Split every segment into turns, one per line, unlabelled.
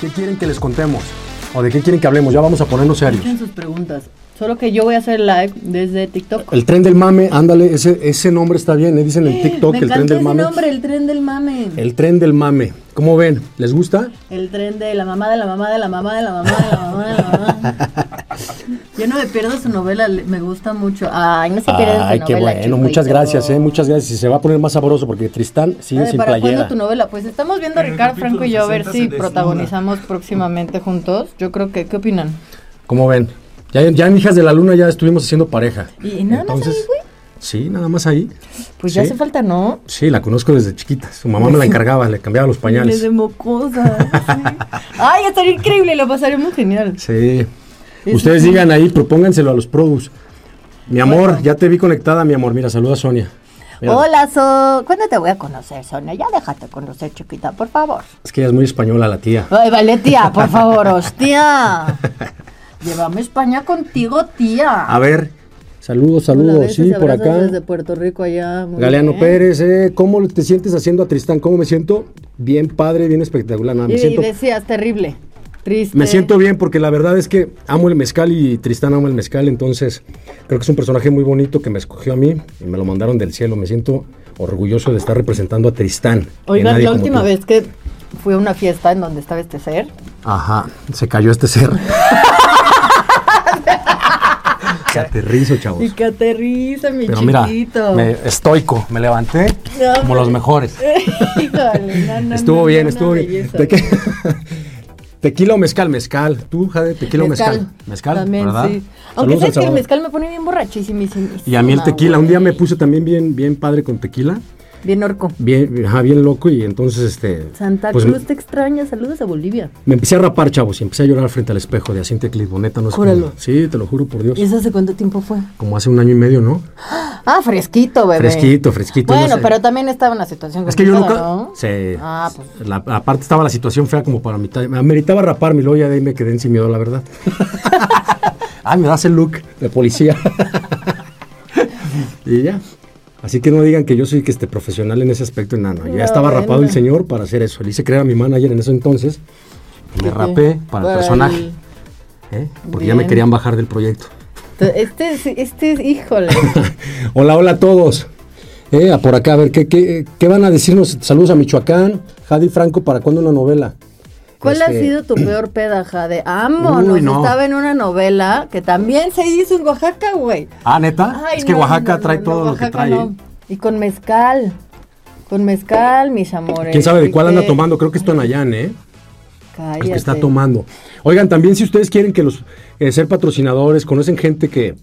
¿Qué quieren que les contemos? ¿O de qué quieren que hablemos? Ya vamos a ponernos serios.
Echen sus preguntas. Solo que yo voy a hacer live desde TikTok.
El tren del mame, ándale, ese, ese nombre está bien, le dicen en TikTok
Me
el tren
encanta
del
ese
mame.
nombre, el tren del mame. El,
El tren del mame. ¿Cómo ven? ¿Les gusta?
tren de la mamá, de la mamá, de la mamá, de la mamá, de la mamá, de la mamá. Yo no me pierdo su novela, le- me gusta mucho. Ay, no se
Ay,
pierdan su novela,
qué bueno,
Chucuito.
muchas gracias, eh, muchas gracias. Y se va a poner más sabroso porque Tristán sigue
Ay,
sin
¿Para cuándo
playera.
tu novela? Pues estamos viendo a
En el
Ricardo Franco y yo a ver
capítulo 60
si
se desnuda.
protagonizamos próximamente juntos. Yo creo que, ¿qué opinan?
¿Cómo ven? Ya, ya en Hijas de la Luna ya estuvimos haciendo pareja.
¿Y nada más ahí, güey?
Sí, nada más ahí.
Pues ya
Sí.
hace falta, ¿no?
Sí, la conozco desde chiquita. Su mamá me la encargaba, le cambiaba los
Miles
pañales.
de mocosas. sí. Ay, estaría increíble, lo pasaremos genial.
Sí.
Es-
Ustedes digan ahí, propónganselo a los produs. Mi amor,
Bueno.
ya te vi conectada, mi amor. Mira, saluda a Sonia. Mira,
Hola, So. ¿Cuándo te voy a conocer, Sonia? Ya déjate conocer, chiquita, por favor.
Es que ella es muy española, la tía.
Ay, vale, tía, por favor, hostia. Llévame a España contigo, tía.
A ver. Saludos, Ah, saludos. Sí, por acá.
Desde Puerto Rico allá. muy
Galeano
bien.
Pérez, ¿eh? ¿cómo te sientes haciendo a Tristán? ¿Cómo me siento? Bien padre, bien espectacular. Nada,
Y,
me,
y
siento,
decías, terrible, triste.
me siento bien porque la verdad es que amo el mezcal y Tristán ama el mezcal, entonces creo que es un personaje muy bonito que me escogió a mí y me lo mandaron del cielo. Me siento orgulloso de estar representando a Tristán. que
Oigan,
nadie
la
como
última
tú.
vez que fui a una fiesta en donde estaba este ser,
Ajá, se cayó este ser. se aterrizo, chavos.
Y que aterriza, mi
Pero mira,
chiquito.
me- estoico, me levanté
No,
como los mejores.
Híjole, no, no,
estuvo
no,
bien,
no,
estuvo
una
bien.
belleza.
Tequi- tequila o mezcal, mezcal. Tú, Jade, tequila o mezcal. Mezcal,
También,
¿verdad?
sí. Aunque
Saludos al
sabes que el
sabor.
mezcal me pone bien borrachísimo.
Y a mí el tequila, un día me puse también bien, bien padre con tequila,
Bien orco.
bien, ajá, bien loco y entonces este,
Santa
pues,
Cruz te extraña, saludos a Bolivia.
me empecé a rapar, chavos, y empecé a llorar frente al espejo de Asiente Clitboneta, no es como-
Júralo.
sí, te lo juro por Dios,
¿Y eso hace cuánto tiempo fue?
como hace un año y medio, ¿no?
Ah, fresquito, bebé.
Fresquito, fresquito,
Bueno,
no sé.
pero también estaba una situación
Es que yo nunca.
complicada, ¿no?
Sí.
Ah, pues.
La- aparte estaba la situación fea como para mitad. Me meritaba raparme y luego ya de ahí me quedé sin miedo, la verdad. Ay, me das el look de policía. y ya. Así que no digan que yo soy que este profesional en ese aspecto. No, no. Ya
No,
estaba
bueno.
rapado el señor para hacer eso. Le hice creer a mi manager en ese entonces. que Me
Sí,
rapé para el personaje.
el-
¿eh? Porque ya me
Bien.
querían bajar del proyecto.
Este, es- este, es- híjole.
Hola, hola a todos. Eh, a por acá, a ver, ¿qué, qué, qué van a decirnos? Saludos a Michoacán. Jadi Franco, ¿para cuándo una novela?
¿Cuál
Este,
ha sido tu peor pedaja de ambos?
Uy, no.
Estaba en una novela que también se hizo en Oaxaca, güey.
Ah, neta.
Ay,
es que
no,
Oaxaca
no,
trae
no,
todo
no,
lo que
Oaxaca
trae.
no.
¿eh?
Y con mezcal. Con mezcal, mis amores.
¿Quién sabe de
Y
cuál anda
que-
tomando? Creo que es Tonayán, ¿eh?
Cállate.
El que está tomando. Oigan, también si ustedes quieren que los eh, ser patrocinadores, conocen gente que,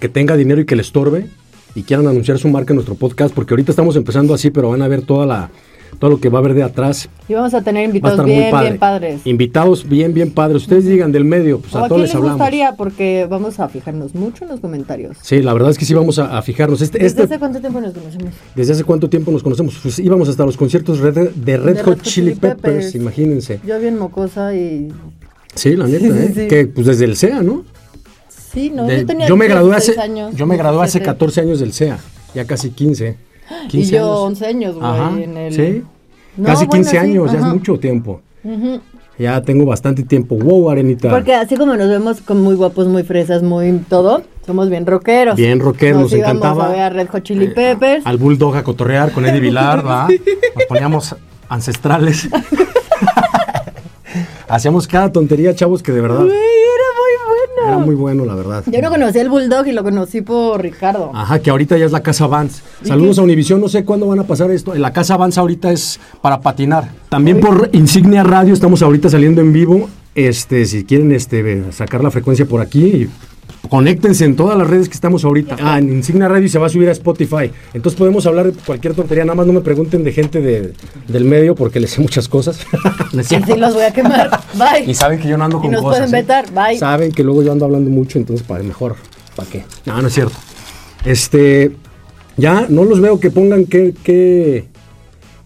que tenga dinero y que le estorbe y quieran anunciar su marca en nuestro podcast, porque ahorita estamos empezando así, pero van a ver toda la, todo lo que va a haber de atrás.
Y vamos a
Va
tener
a
invitados
estar muy
bien,
padre.
bien padres.
Invitados bien, bien padres. Ustedes digan del medio, pues
¿O
a
a
todos
quién
les
les
hablamos.
gustaría? Porque vamos a fijarnos mucho en los comentarios.
Sí, la verdad es que sí vamos a, a fijarnos. Este, este-
¿Desde hace cuánto tiempo nos conocemos?
¿Desde hace cuánto tiempo nos conocemos? Pues íbamos hasta los conciertos red- de Red
De
Hot Chili Peppers, imagínense.
Yo bien mocosa y...
Sí, la neta, ¿eh?
Sí, sí.
Que pues desde el SEA, ¿no?
Sí, no,
De-
yo tenía
me gradué hace
16 años,
yo me gradué hace
17.
14 años del SEA, ya casi 15. 15
Y yo
años.
11 años, güey,
Ajá,
en el-
Sí.
No,
casi
bueno,
15
sí,
años, ya es
ajá.
mucho tiempo.
Ujú.
Ya tengo bastante tiempo. Wow, Arenita.
Porque así como nos vemos con muy guapos, muy fresas, muy todo, somos bien rockeros.
Bien rockeros, nos
íbamos
encantaba.
a ver a Red Hot Chili
Eh,
Peppers.
Al Bulldog a cotorrear con Eddie Vilar, ¿verdad? Nos poníamos ancestrales. Hacíamos cada tontería, chavos, que de verdad
Güey, era muy bueno.
era muy bueno, la verdad.
Yo no conocí el Bulldog y lo conocí por Ricardo.
Ajá, que ahorita ya es la Casa Vans. Saludos a Univisión, no sé cuándo van a pasar esto. La Casa Vans ahorita es para patinar. También por Insignia Radio estamos ahorita saliendo en vivo. Este, si quieren este, sacar la frecuencia por aquí, conéctense en todas las redes que estamos ahorita. Ah, en Insignia Radio y se va a subir a Spotify. Entonces podemos hablar de cualquier tontería, nada más no me pregunten de gente de- del medio porque les sé muchas cosas. No es
Y
cierto.
sí los voy a quemar. Bye.
Y saben que yo no ando
Y
con
nos
cosas.
pueden
¿eh?
vetar. Bye.
Saben que luego yo ando hablando mucho, entonces para mejor, ¿para qué? No, no es cierto. Este, ya no los veo que pongan qué, qué,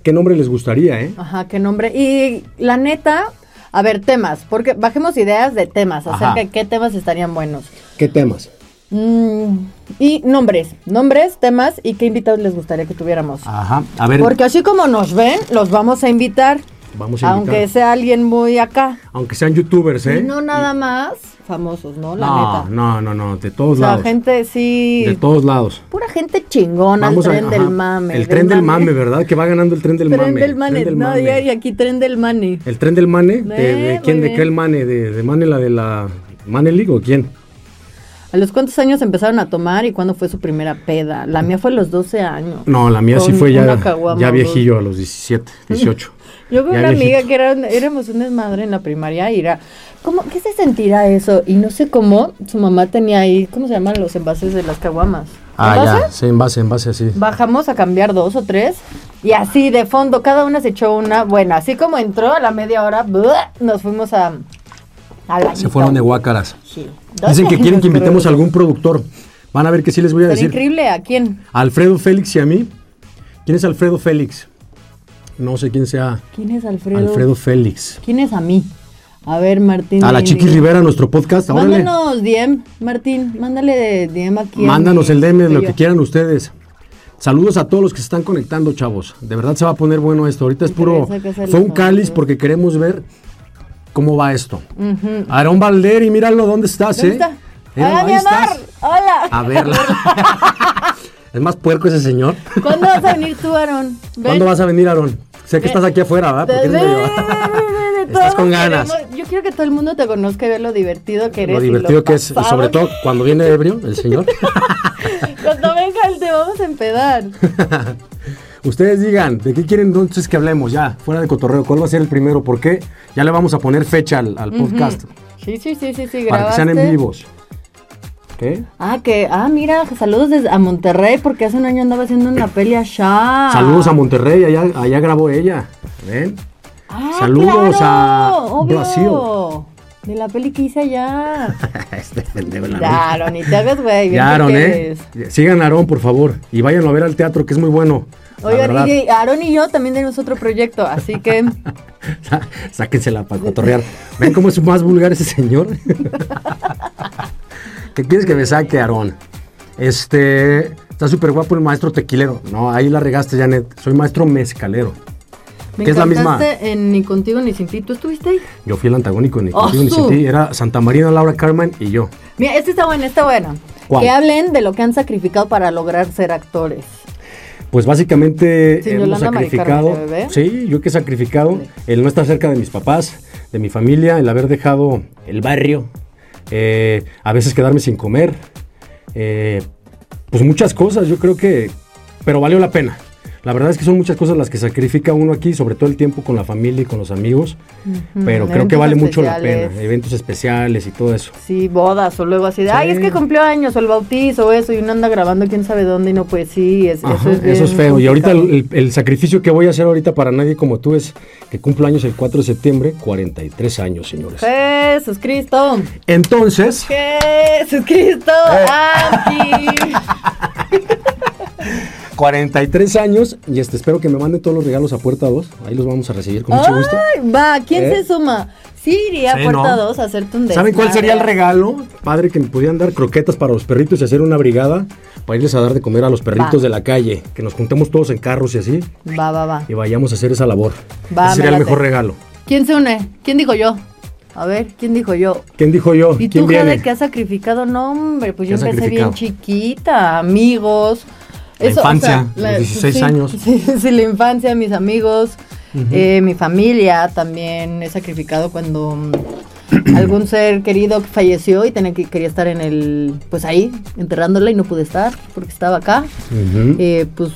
qué nombre les gustaría, ¿eh?
Ajá, qué nombre. Y la neta, a ver, temas. Porque bajemos ideas de temas,
Ajá.
acerca de qué temas estarían buenos.
¿Qué temas?
Mm, y nombres. Nombres, temas y qué invitados les gustaría que tuviéramos.
Ajá, a ver.
Porque así como nos ven, los vamos a invitar.
Vamos a invitar.
Aunque sea alguien muy acá.
Aunque sean youtubers, ¿eh?
Y no nada más famosos, ¿no? La
no,
neta.
no, no, no, de todos
o sea,
lados.
gente sí.
De todos lados.
Pura gente chingona, el tren
ajá,
del mame.
El tren del mame, ¿verdad? Que va ganando el tren del
Tren
mame.
del mane, no, ya- y aquí tren del mane.
¿El tren del mane? ¿De, de
Eh,
quién?
muy
¿De qué el mane? ¿De, de mane la de la mane league o quién?
¿A los cuántos años empezaron a tomar y cuándo fue su primera peda? La mía fue a los 12 años.
No, la mía sí
Con
fue ya,
una caguama,
ya
dos.
viejillo a los 17, 18.
Yo veo
Ya
una
viejito.
amiga que era, éramos un desmadre en la primaria y era, ¿cómo, ¿qué se sentirá eso? Y no sé cómo, su mamá tenía ahí, ¿cómo se llaman los envases de las caguamas?
Ah, ya,
¿Envases?
sí, en base, en base así.
Bajamos a cambiar dos o tres y así de fondo, cada una se echó una. Bueno, así como entró a la media hora, ¡buah! nos fuimos a... a la
Se fueron de guácaras.
Sí.
Dicen que quieren que invitemos a
al
algún productor. Van a ver que sí les voy a decir.
increíble, ¿a quién?
A Alfredo Félix y a mí. ¿Quién es Alfredo Félix? No sé quién sea
¿Quién es Alfredo?
Alfredo Félix.
¿Quién es a mí? A ver, Martín.
A la
Mendigo.
Chiqui Rivera, nuestro podcast. Órale.
Mándanos DM, Martín. Mándale DM aquí. a
Mándanos
mi-
el DM, lo
yo.
que quieran ustedes. Saludos a todos los que se están conectando, chavos. De verdad se va a poner bueno esto. Ahorita es puro.
interesa que sea
Fue un
lindo,
cáliz
¿no?
porque queremos ver cómo va esto.
Ujú.
Aarón Valder, y míralo, ¿dónde estás,
¿Dónde
eh?
está?
Míralo,
Hola,
ahí
mi amor.
estás. Ah.
Hola.
A verla. es más puerco ese señor.
¿Cuándo vas a venir tú, Aaron? Ven.
¿Cuándo vas a venir, Aarón? Sé que
Ven.
estás aquí afuera, ¿verdad? Porque
Ven,
eres
ven,
medio-
ven, ven,
Estás con
todos
ganas.
queremos- Yo quiero que todo el mundo te conozca y vea lo divertido que eres.
Lo
y
divertido que es, y
pasado
sobre todo cuando viene ebrio el señor.
Cuando venga él, te vamos a empedar.
Ustedes digan, ¿de qué quieren entonces que hablemos ya? Fuera de cotorreo, ¿cuál va a ser el primero? ¿Por qué? Ya le vamos a poner fecha al, al podcast
Sí, sí, sí, sí, sí.
para que sean en
grabaste.
vivos. ¿Qué?
Ah, que, ah, mira, saludos desde a Monterrey, porque hace un año andaba haciendo una peli allá.
Saludos a Monterrey, allá, allá grabó ella. ¿Ven?
Ah,
Saludos
claro,
a
obvio.
Brasil.
De la peli que hice allá.
este pendejo la
ya, Aaron, ni te hagas, güey. bien
Ya, Aarón,
que
¿eh?
eres.
Sigan a Aarón, por favor. Y váyanlo a ver al teatro, que es muy bueno. la verdad.
Oigan, y Aaron y yo también tenemos otro proyecto, así que
Sa- Sáquensela para cotorrear. ¿Ven cómo es más vulgar ese señor? ¿Qué quieres que me saque, Aarón? Este. Está súper guapo el maestro tequilero. No, ahí la regaste, Janet. Soy maestro mezcalero.
me
¿Qué es la misma?
encantaste en Ni Contigo Ni Sin Ti. ¿Tú estuviste ahí?
Yo fui el antagónico en el contigo ni
¡Osu!
sin ti. Era Santa María, Laura Carmen y yo.
Mira, este está bueno, está bueno.
¿Cuál?
Que hablen de lo que han sacrificado para lograr ser actores.
Pues básicamente
Sí,
hemos
Yolanda
sacrificado.
Maricarmen, ¿de bebé?
Sí, yo que he sacrificado el no estar cerca de mis papás, de mi familia, el haber dejado el barrio, eh, a veces quedarme sin comer, eh, pues muchas cosas. Yo creo que, pero valió la pena. La verdad es que son muchas cosas las que sacrifica uno aquí, sobre todo el tiempo con la familia y con los amigos, pero creo que
eventos
vale mucho la
especiales.
pena. Eventos especiales y todo eso.
Sí, bodas o luego así de, ay,
Sí.
es que cumplió años o el bautizo o eso y uno anda grabando quién sabe dónde y no pues sí, es-
Ajá,
eso es bien
feo. Y ahorita
complicado.
el, el- el sacrificio que voy a hacer ahorita para nadie como tú es que cumplo años el 4 de septiembre, 43 años, señores.
Jesús Cristo.
Entonces,
Jesús Cristo.
Eh.
Aquí.
43 años y este espero que me manden todos los regalos a puerta 2. Ahí los vamos a recibir con mucho gusto.
Ay, va, ¿quién
¿Eh?
se suma? Sí, iría
Sí,
a puerta
¿no?
2 a hacerte un desmadre.
¿Saben cuál sería el regalo? Padre, que me pudieran dar croquetas para los perritos y hacer una brigada para irles a dar de comer a los perritos
Va.
de la calle. Que nos juntemos todos en carros y así
Va, va, va.
y vayamos a hacer esa labor.
Va,
Ese sería
me
el
late.
mejor regalo.
¿Quién se une? ¿Quién dijo yo? A ver, ¿quién dijo yo?
¿Quién dijo yo?
¿Y
¿Quién
tú,
viene?
Jade, que has sacrificado? No, hombre, pues
¿Qué
yo
has
empecé
sacrificado?
bien chiquita, amigos.
La infancia, los 16
sí,
años.
Sí, sí, la infancia, mis amigos, eh, mi familia también he sacrificado cuando mm, algún ser querido que falleció y tenía que, quería estar en el, pues ahí, enterrándola y no pude estar porque estaba acá.
Ujú.
Eh, pues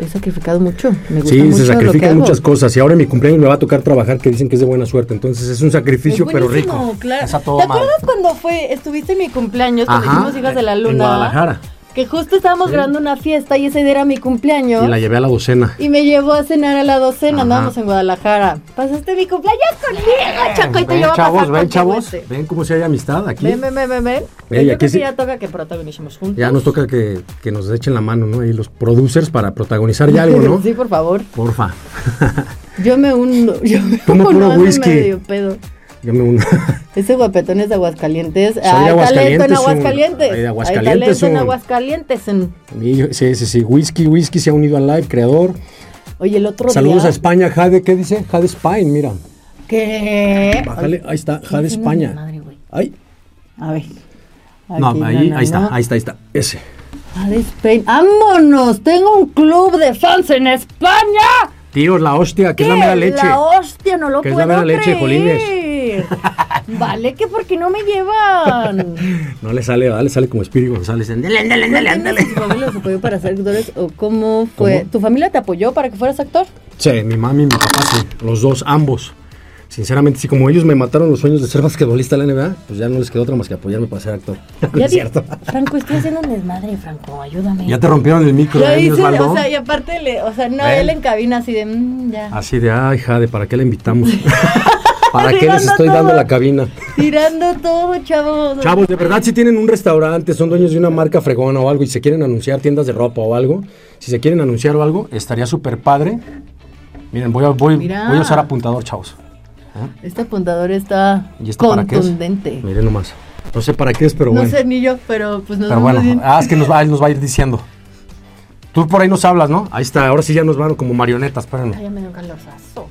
he sacrificado mucho, me gusta
Sí,
mucho
se
lo que
sacrifican
hago.
muchas cosas. Y ahora en mi cumpleaños me va a tocar trabajar, que dicen que es de buena suerte. Entonces es un sacrificio,
Es
pero
buenísimo,
rico.
claro.
Es a todo
¿Te
madre.
acuerdas cuando fue, estuviste en mi cumpleaños, cuando
Ajá,
hicimos Hijas de la
en
Luna?
Guadalajara.
Que justo estábamos grabando una fiesta y ese día era mi cumpleaños.
Y la llevé a la docena.
Y me llevó a cenar a la docena,
Ajá.
andábamos en Guadalajara. Pasaste mi cumpleaños conmigo, Chaco, y te
Ven,
llevo a pasar
chavos, ven,
con
chavos.
Chihuete.
Ven cómo si hay amistad aquí.
Ven, ven, ven, ven, ven.
Ey,
Yo
aquí
creo
sí.
que ya toca que protagonicemos juntos.
Ya nos toca que, que nos echen la mano, ¿no? Ahí los producers para protagonizar ya algo, ¿no?
sí, por favor.
Porfa.
Yo me hundo. Yo me
Toma
hundo,
puro
ando
whisky.
medio pedo.
Yo me uno.
Ese guapetón es de Aguascalientes.
de Aguascalientes,
talento en
un-
Aguascalientes.
hay de
Hay
Aguascalientes,
talento en
un-
Aguascalientes. en-
Y yo- sí, sí, sí. Whisky, whisky se ha unido al live, creador.
Oye, el otro
Saludos a
día.
España, Jade, ¿qué dice? Jade Spain, mira.
¿Qué?
Bájale, ahí está, Jade
tiene mi
España.
madre, güey.
Ay.
A ver.
No,
Aquí,
ahí,
no,
ahí está,
no.
ahí está, ahí está. Ese.
Ah, de Spain. ¡Vámonos! Tengo un club de fans en España.
Tío, la hostia, que es la mera leche.
La hostia, no lo
Que es la
puedo
mera leche,
creer.
jolines.
Vale, que porque no me llevan.
No le sale, ¿verdad? le sale como Espíritu González. Ándale, ándale, ándale, ándale.
¿Tu familia los apoyó para ser actores o cómo fue?
¿Cómo?
¿Tu familia te apoyó para que fueras actor?
Sí, mi mami y mi papá, sí, los dos, ambos. Sinceramente, sí, como ellos me mataron los sueños de ser basquetbolista en la NBA, pues ya no les quedó otra más que apoyarme para ser actor. No es
di-
cierto.
Franco, estoy haciendo un desmadre, Franco, ayúdame.
Ya te rompieron el micro,
Ya
¿eh, mi
hice,
Osvaldo? ¿Eh?
o sea, y aparte, le, o sea, no,
Ven.
él en cabina así de, mm, ya.
Así de, ay, Jade, ¿para qué la invitamos? ¿Para qué les
Tirando
estoy dando
todo.
la cabina?
Tirando todo, chavos.
Chavos, de verdad, si tienen un restaurante, son dueños de una marca fregona o algo y se quieren anunciar tiendas de ropa o algo, si se quieren anunciar o algo, estaría súper padre. Miren, voy a, voy,
Mira.
voy a usar apuntador, chavos.
Este apuntador está
¿Y este para qué es?
contundente.
Miren nomás. No sé para qué es, pero
No
bueno.
sé ni yo, pero pues nos
Pero
vemos
bueno,
bien.
ah, es que nos va, él nos va a ir diciendo. Tú por ahí nos hablas, ¿no? Ahí está, ahora sí ya nos van como marionetas,
Ay,
espérenme.
ya me dio calorzazo.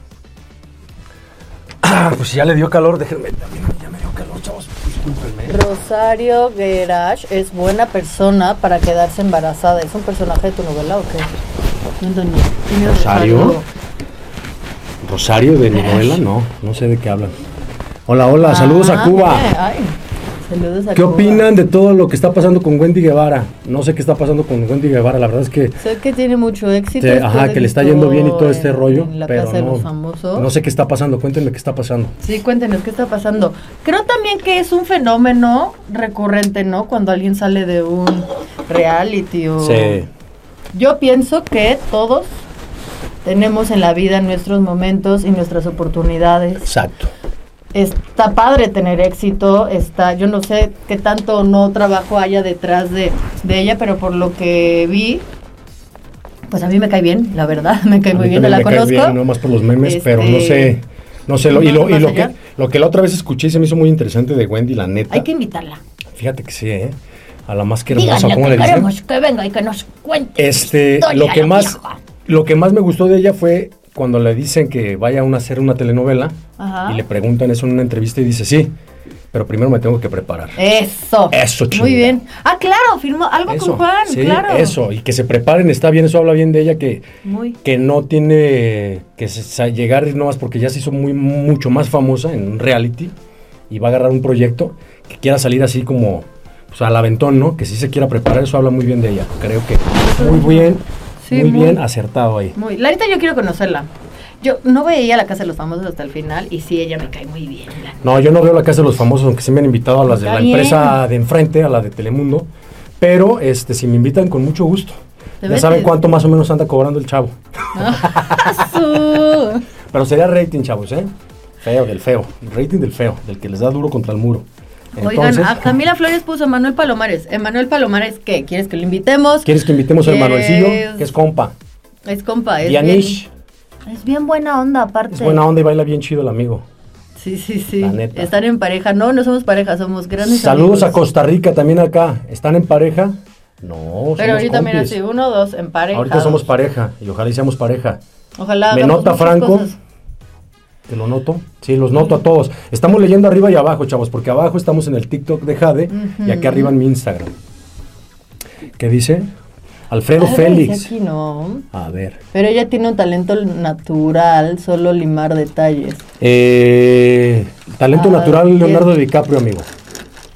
Ah, pues si ya le dio calor, déjenme. también, Ya me dio calor, chavos. Discúlpenme.
Rosario Gerach es buena persona para quedarse embarazada. ¿Es un personaje de tu novela o qué? No entendí. ¿Quién es
¿Rosario? Rosario de mi novela, no, no sé de qué hablan. Hola, hola, saludos a
Ah,
Cuba.
mira, ay. Saludos a
¿Qué
Cuba.
opinan de todo lo que está pasando con Wendy Guevara? No sé qué está pasando con Wendy Guevara, la verdad es que
Sé que tiene mucho éxito.
Sí,
esto
ajá,
de
que le está yendo bien y todo este
en-
rollo,
este En la
pero
casa de
no,
los famosos.
no sé qué está pasando, cuéntenme qué está pasando.
Sí, cuéntenos qué está pasando. Creo también que es un fenómeno recurrente, ¿no? Cuando alguien sale de un reality o... Yo pienso que todos tenemos en la vida nuestros momentos y nuestras oportunidades.
exacto.
Está padre tener éxito, está, yo no sé qué tanto o no trabajo haya detrás de, de ella, pero por lo que vi, pues a mí me cae bien, la verdad, me cae
A
muy
mí
bien, me
también
la
me cae
conozco.
bien, nomás por los memes,
Este,
pero no sé, no sé, lo, y, lo, y lo que,
Más allá.
lo que la otra vez escuché y se me hizo muy interesante de Wendy, la neta,
Hay que invitarla.
fíjate que sí, ¿eh? A la más que hermosa,
Díganle
¿cómo
que
le dicen?
queremos que venga y que nos cuente.
Este,
Historia,
lo que
la
más,
vieja.
lo que más me gustó de ella fue cuando le dicen que vaya a una- hacer una telenovela
Ajá.
y le preguntan eso en una entrevista y dice sí, pero primero me tengo que preparar.
Eh, Eso.
Eso,
Muy
chinga.
bien. Ah, claro, firmó algo
Eso,
con Juan,
sí,
claro.
Eso y que se preparen está bien, eso habla bien de ella que
Muy.
que no tiene que se- sa- llegar nomás porque ya se hizo muy mucho más famosa en un reality y va a agarrar un proyecto que quiera salir así como pues, al aventón, ¿no? Que sí se quiera preparar, eso habla muy bien de ella. Creo que muy bien,
Sí,
muy
muy-
bien acertado ahí.
Muy. Larita, yo quiero conocerla. Yo no veía la casa de los famosos hasta el final y sí, ella me cae muy bien. la-
No, yo no veo la casa de los famosos, aunque sí me han invitado a las de
Está
la
bien.
empresa de enfrente, a la de Telemundo. Pero este, si me invitan, con mucho gusto.
Te
Ya
ves
saben
que-
cuánto más o menos anda cobrando el chavo.
¡Asu!
Pero sería rating, chavos, ¿eh? Feo, del feo. Rating del feo, del que les da duro contra el muro. Entonces,
Oigan, ah, a Camila Flores puso a Manuel Palomares. Emanuel Palomares, ¿qué? ¿Quieres que lo invitemos?
¿quieres que invitemos al
Es-
Manuelcillo? Que es compa.
Es compa, es
Dianish.
bien. Es bien buena onda, aparte.
Es buena onda y baila bien chido el amigo.
Sí, sí, sí.
La neta.
Están en pareja. No, no somos pareja, somos grandes
Saludos a
amigos.
Costa Rica también acá. ¿Están en pareja? No,
Pero
somos
ahorita, mira,
compis.
sí, uno, dos, en pareja.
Ahorita somos
pareja.
pareja y ojalá y seamos pareja.
Ojalá.
Me
hagamos
nota
muchas
Franco.
cosas.
¿Te lo noto? Sí, los noto a todos. Estamos leyendo arriba y abajo, chavos, porque abajo estamos en el TikTok de Jade y aquí arriba en mi Instagram. ¿Qué dice? Alfredo
Ay,
Félix.
aquí no.
A ver.
Pero ella tiene un talento natural, solo limar detalles.
Eh, talento
Ah,
natural,
bien.
Leonardo DiCaprio, amigo.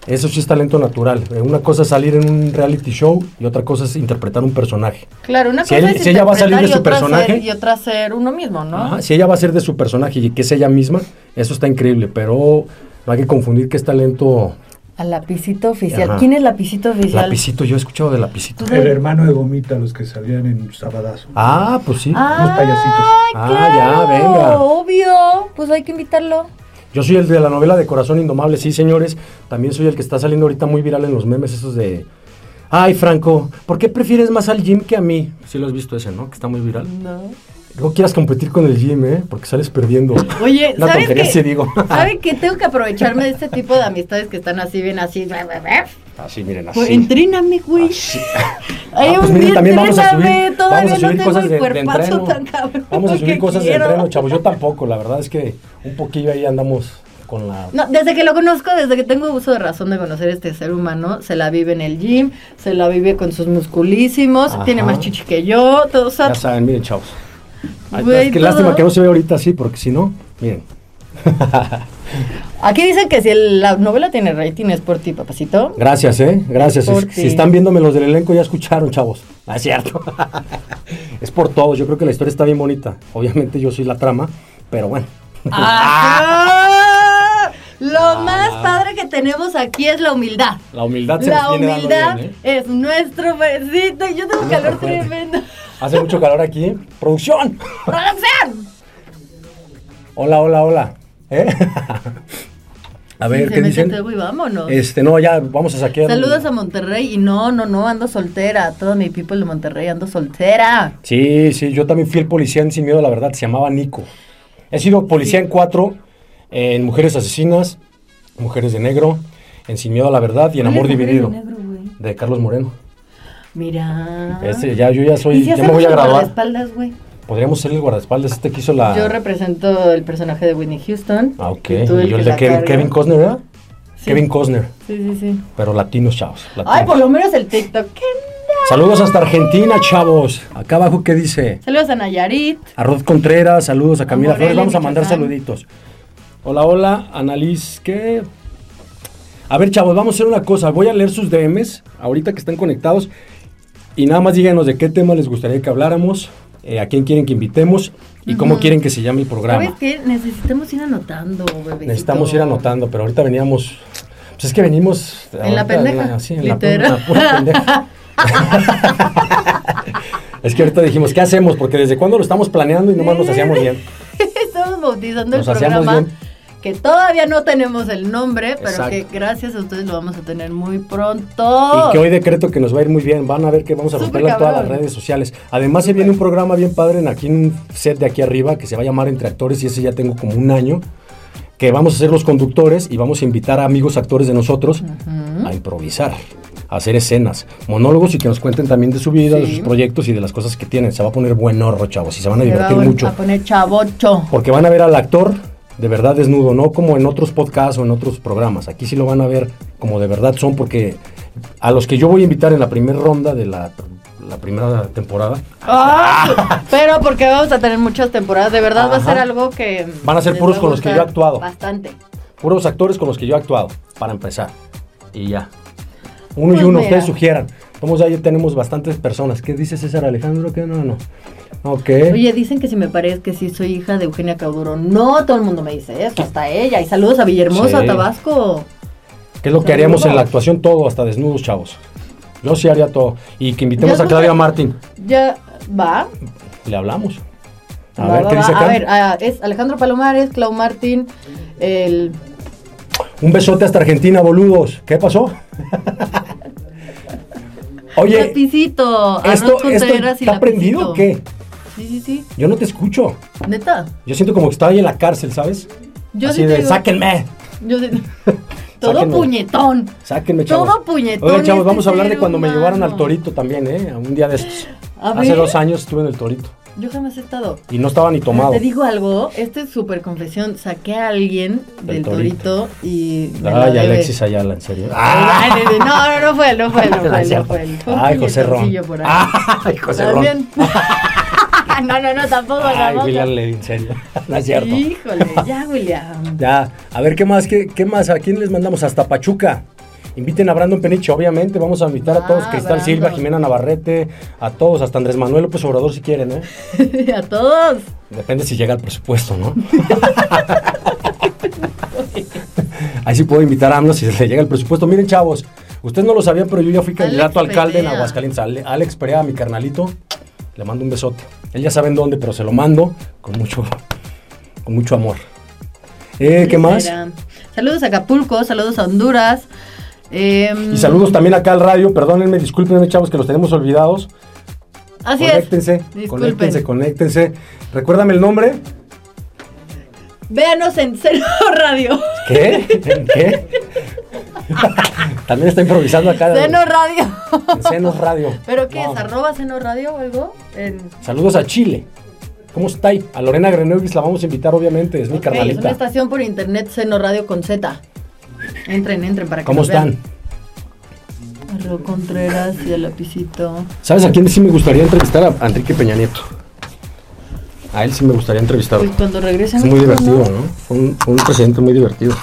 Eso sí es talento natural. Eh, Una cosa es salir en un reality show y otra cosa es interpretar un personaje.
Claro, una
Si
cosa
él-
es
si ella va a salir de
interpretar y
su
otra ser-
personaje.
y otra ser uno mismo, ¿no?
Ajá, si ella va a ser de su personaje y que es ella misma, eso está increíble, pero no hay que confundir que es talento.
Al lapicito oficial.
Ajá.
¿Quién es lapicito oficial?
Lapicito, yo he escuchado de lapicito.
El hermano de Gomita, los que salían en Sabadazo.
Ah, pues sí.
Ah,
Unos payasitos.
Ah,
claro,
ya, venga.
Obvio, pues hay que invitarlo.
Yo soy el de la novela de Corazón Indomable, sí, señores. También soy el que está saliendo ahorita muy viral en los memes esos de... Ay, Franco, ¿por qué prefieres más al Jim que a mí? Sí lo has visto ese, ¿no? Que está muy viral.
No.
No quieras competir con el Jim, ¿eh? Porque sales perdiendo.
Oye,
Una
¿sabes
tontería
qué?
sí digo.
¿Sabe qué? Tengo que aprovecharme de este tipo de amistades que están así, bien así.
Así, miren, así.
Pues, entríname, güey.
Así.
Ay,
Ah, pues
un
miren,
día
también vamos a
entréname,
subir,
todavía
vamos a
no
subir
tengo
cosas
el
de, de
cuerpazo
entreno.
tan cabrón
Vamos a subir
que
cosas
quiero.
de entreno, chavos. Yo tampoco, la verdad es que un poquillo ahí andamos con la...
No, desde que lo conozco, desde que tengo uso de razón de conocer este ser humano, se la vive en el gym, se la vive con sus musculísimos,
Ajá.
tiene más chichi que yo, todo, o sea,
Ya saben, miren, chavos. Ay,
Güey,
es que
todo.
lástima que no se ve ahorita así, porque si no, miren.
aquí dicen que si el- la novela tiene rating es por ti, papacito.
Gracias, ¿eh? Gracias. Es-
Por ti.
si están viéndome los del elenco, ya escucharon, chavos. Ah, es cierto. es por todos. Yo creo que la historia está bien bonita. Obviamente yo soy la trama, pero bueno. Ah.
Ajá. Lo más padre que tenemos aquí es la humildad.
La humildad se
La
nos viene dando
humildad
bien, ¿eh?
es nuestro besito. Yo tengo calor tremendo.
Hace mucho calor aquí. ¿eh? ¡Producción!
¡Producción!
Hola, hola, hola. ¿Eh? A ver, ¿qué
Sí, se mete
dicen?
todo y vámonos.
Este, no, ya vamos a saquear.
Saludos a Monterrey y no, no, no, ando soltera. Todo mi people de Monterrey ando soltera.
Sí, sí, yo también fui el policía en Sin Miedo, la verdad, se llamaba Nico. He sido policía en cuatro, en Mujeres Asesinas, Mujeres de Negro, en Sin Miedo a la Verdad y en Amor Dividido, de, Carlos Moreno.
Mira.
Ese, ya, yo ya soy,
Ah. ¿Y si
ya me
hacemos
voy a
el
graduar.
guardaespaldas, güey?
Podríamos ser el guardaespaldas, este que hizo la...
Yo represento el personaje de Whitney Houston.
ah, ok,
y tú
y yo el
que
de
la
Kevin,
carga.
Kevin Costner, ¿verdad?
Sí.
Kevin Costner,
Sí, sí, sí.
pero latinos, chavos.
Ay,
latinos.
por lo menos el TikTok. ¿Qué?
Saludos hasta Argentina, chavos. Acá abajo, ¿qué dice?
Saludos a Nayarit.
A Rod Contreras, saludos a Camila
Morelia,
Flores. Vamos a mandar
Michoacán.
saluditos. Hola, hola, Annalise, ¿qué? A ver, chavos, vamos a hacer una cosa. Voy a leer sus DMs, ahorita que están conectados. Y nada más díganos de qué tema les gustaría que habláramos, eh, a quién quieren que invitemos y cómo
Ujú.
quieren que se llame el
¿Sabes
programa.
qué? Necesitamos ir anotando, bebé.
Necesitamos ir anotando, pero ahorita veníamos. Pues es que venimos.
En la
ahorita
pendeja,
sí, en la,
literal.
pura- pura pendeja. es que ahorita dijimos, ¿qué hacemos? Porque desde cuándo lo estamos planeando y nomás nos hacíamos bien.
Estamos bautizando
Nos
el
hacíamos
programa.
bien.
Que todavía no tenemos el nombre, pero
Exacto.
que gracias a ustedes lo vamos a tener muy pronto.
Y que hoy decreto que nos va a ir muy bien. Van a ver que vamos a
Súper
romperla en todas las
cabrón.
redes sociales. Además, se viene un programa bien padre en aquí, en un set de aquí arriba que se va a llamar Entre Actores y ese ya tengo como un año. Que vamos a ser los conductores y vamos a invitar a amigos actores de nosotros a improvisar, a hacer escenas, monólogos y que nos cuenten también de su vida, de
Sí.
sus proyectos y de las cosas que tienen. Se va a poner buen horro, chavos, y se van a
Se va
divertir
a
mucho.
A poner chavocho.
Porque van a ver al actor de verdad desnudo, no como en otros podcasts o en otros programas. Aquí sí lo van a ver como de verdad son, porque a los que yo voy a invitar en la primera ronda de la, la primera temporada
¡Ah! Pero porque vamos a tener muchas temporadas, de verdad va a
Ajá.
ser algo que...
Van a ser
les
puros
va
con los que yo he
gustar
actuado.
Bastante.
puros actores con los que yo he actuado, para empezar. Y ya. Uno
Pues
y uno,
mira.
ustedes sugieran. Vamos, ya tenemos bastantes personas. ¿Qué dice César Alejandro? Que no, no. Ok.
Oye, dicen que si me parece que sí soy hija de Eugenia Cauduro. No, todo el mundo me dice eso, hasta ella. Y saludos a Villahermosa,
Sí.
Tabasco.
¿Qué es lo que haríamos en
Saludos.
la actuación? Todo, hasta desnudos, chavos. Yo sí haría todo. Y que invitemos
Yo
a
no
Claudia
sé.
Martín.
Ya va.
Le hablamos. A
va,
ver,
va,
¿qué
va.
dice acá?
A ver, ah, es Alejandro Palomares, Clau Martín, el...
Un besote hasta Argentina, boludos. ¿Qué pasó? Oye,
Pepicito, Arroz
esto, esto
Contreras y
¿está prendido
Lapicito.
o qué?
Sí, sí, sí.
Yo no te escucho.
Neta.
Yo siento como que estaba ahí en la cárcel, ¿sabes?
Yo
Así
sí te
de,
digo-
sáquenme,
Yo sí- Todo
Sáquenme.
puñetón.
sáquenme,
Todo
chavos.
puñetón
Oigan, chavos,
este
vamos a hablar de
ser
cuando me llevaron al
humano.
torito también, ¿eh? Un día de estos.
A
Hace
ver.
dos años estuve en el torito
Yo jamás he estado.
y no estaba ni tomado.
Te digo algo, esta es súper confesión. Saqué a alguien del
Del torito.
torito y. me la
Ay,
debe.
Alexis Ayala, en serio. Ah.
Ay, de- de- No, no, no fue él, no fue él, no fue él, no fue él. Fue un
Ay, José Ron.
puñetoncillo por ahí.
Ay, José Ron.
También. no, no, no, tampoco,
Ay,
tampoco.
William Levy, en serio. No es cierto.
Híjole, ya, William.
Ya, a ver, ¿qué más? ¿Qué, qué más? ¿A quién les mandamos? Hasta Pachuca. Inviten a Brandon Peniche, obviamente. Vamos a invitar a todos.
Ah,
Cristal
Brandon.
Silva, Jimena Navarrete, a todos. Hasta Andrés Manuel López Obrador, si quieren, ¿eh?
a todos.
Depende si llega el presupuesto, ¿no? Ahí sí puedo invitar a AMLO si le llega el presupuesto. Miren, chavos, ustedes no lo sabían, pero yo ya fui candidato a
Alex
alcalde en
Perea.
Aguascalientes. Ale- Alex Perea, mi carnalito, le mando un besote. Él ya saben dónde, pero se lo mando con mucho, con mucho amor. Eh, ¿Qué más?
Espera. Saludos a Acapulco, saludos a Honduras. em,
Y saludos también acá al radio, perdónenme, discúlpenme chavos que los tenemos olvidados.
Así
conéctense,
es.
conéctense, conéctense. Recuérdame el nombre.
Véanos en Cero Radio.
¿Qué? ¿En qué? También está improvisando acá.
Seno Radio.
en Senos Radio.
¿Pero qué
Wow.
es? ¿Arroba Seno Radio o algo? En...
Saludos a Chile. ¿Cómo está ahí? A Lorena Grenelvis la vamos a invitar, obviamente, es mi
Ok, es una
carnalita.
estación por internet, Seno Radio con Z. Entren, entren para que
¿Cómo
nos
están?
vean. Arro Contreras y el lapicito.
¿Sabes a quién sí me gustaría entrevistar? A- A Enrique Peña Nieto. A él sí me gustaría entrevistarlo.
Pues cuando regresen.
Es muy
¿no?
divertido, ¿no? Fue un, fue un presidente muy divertido,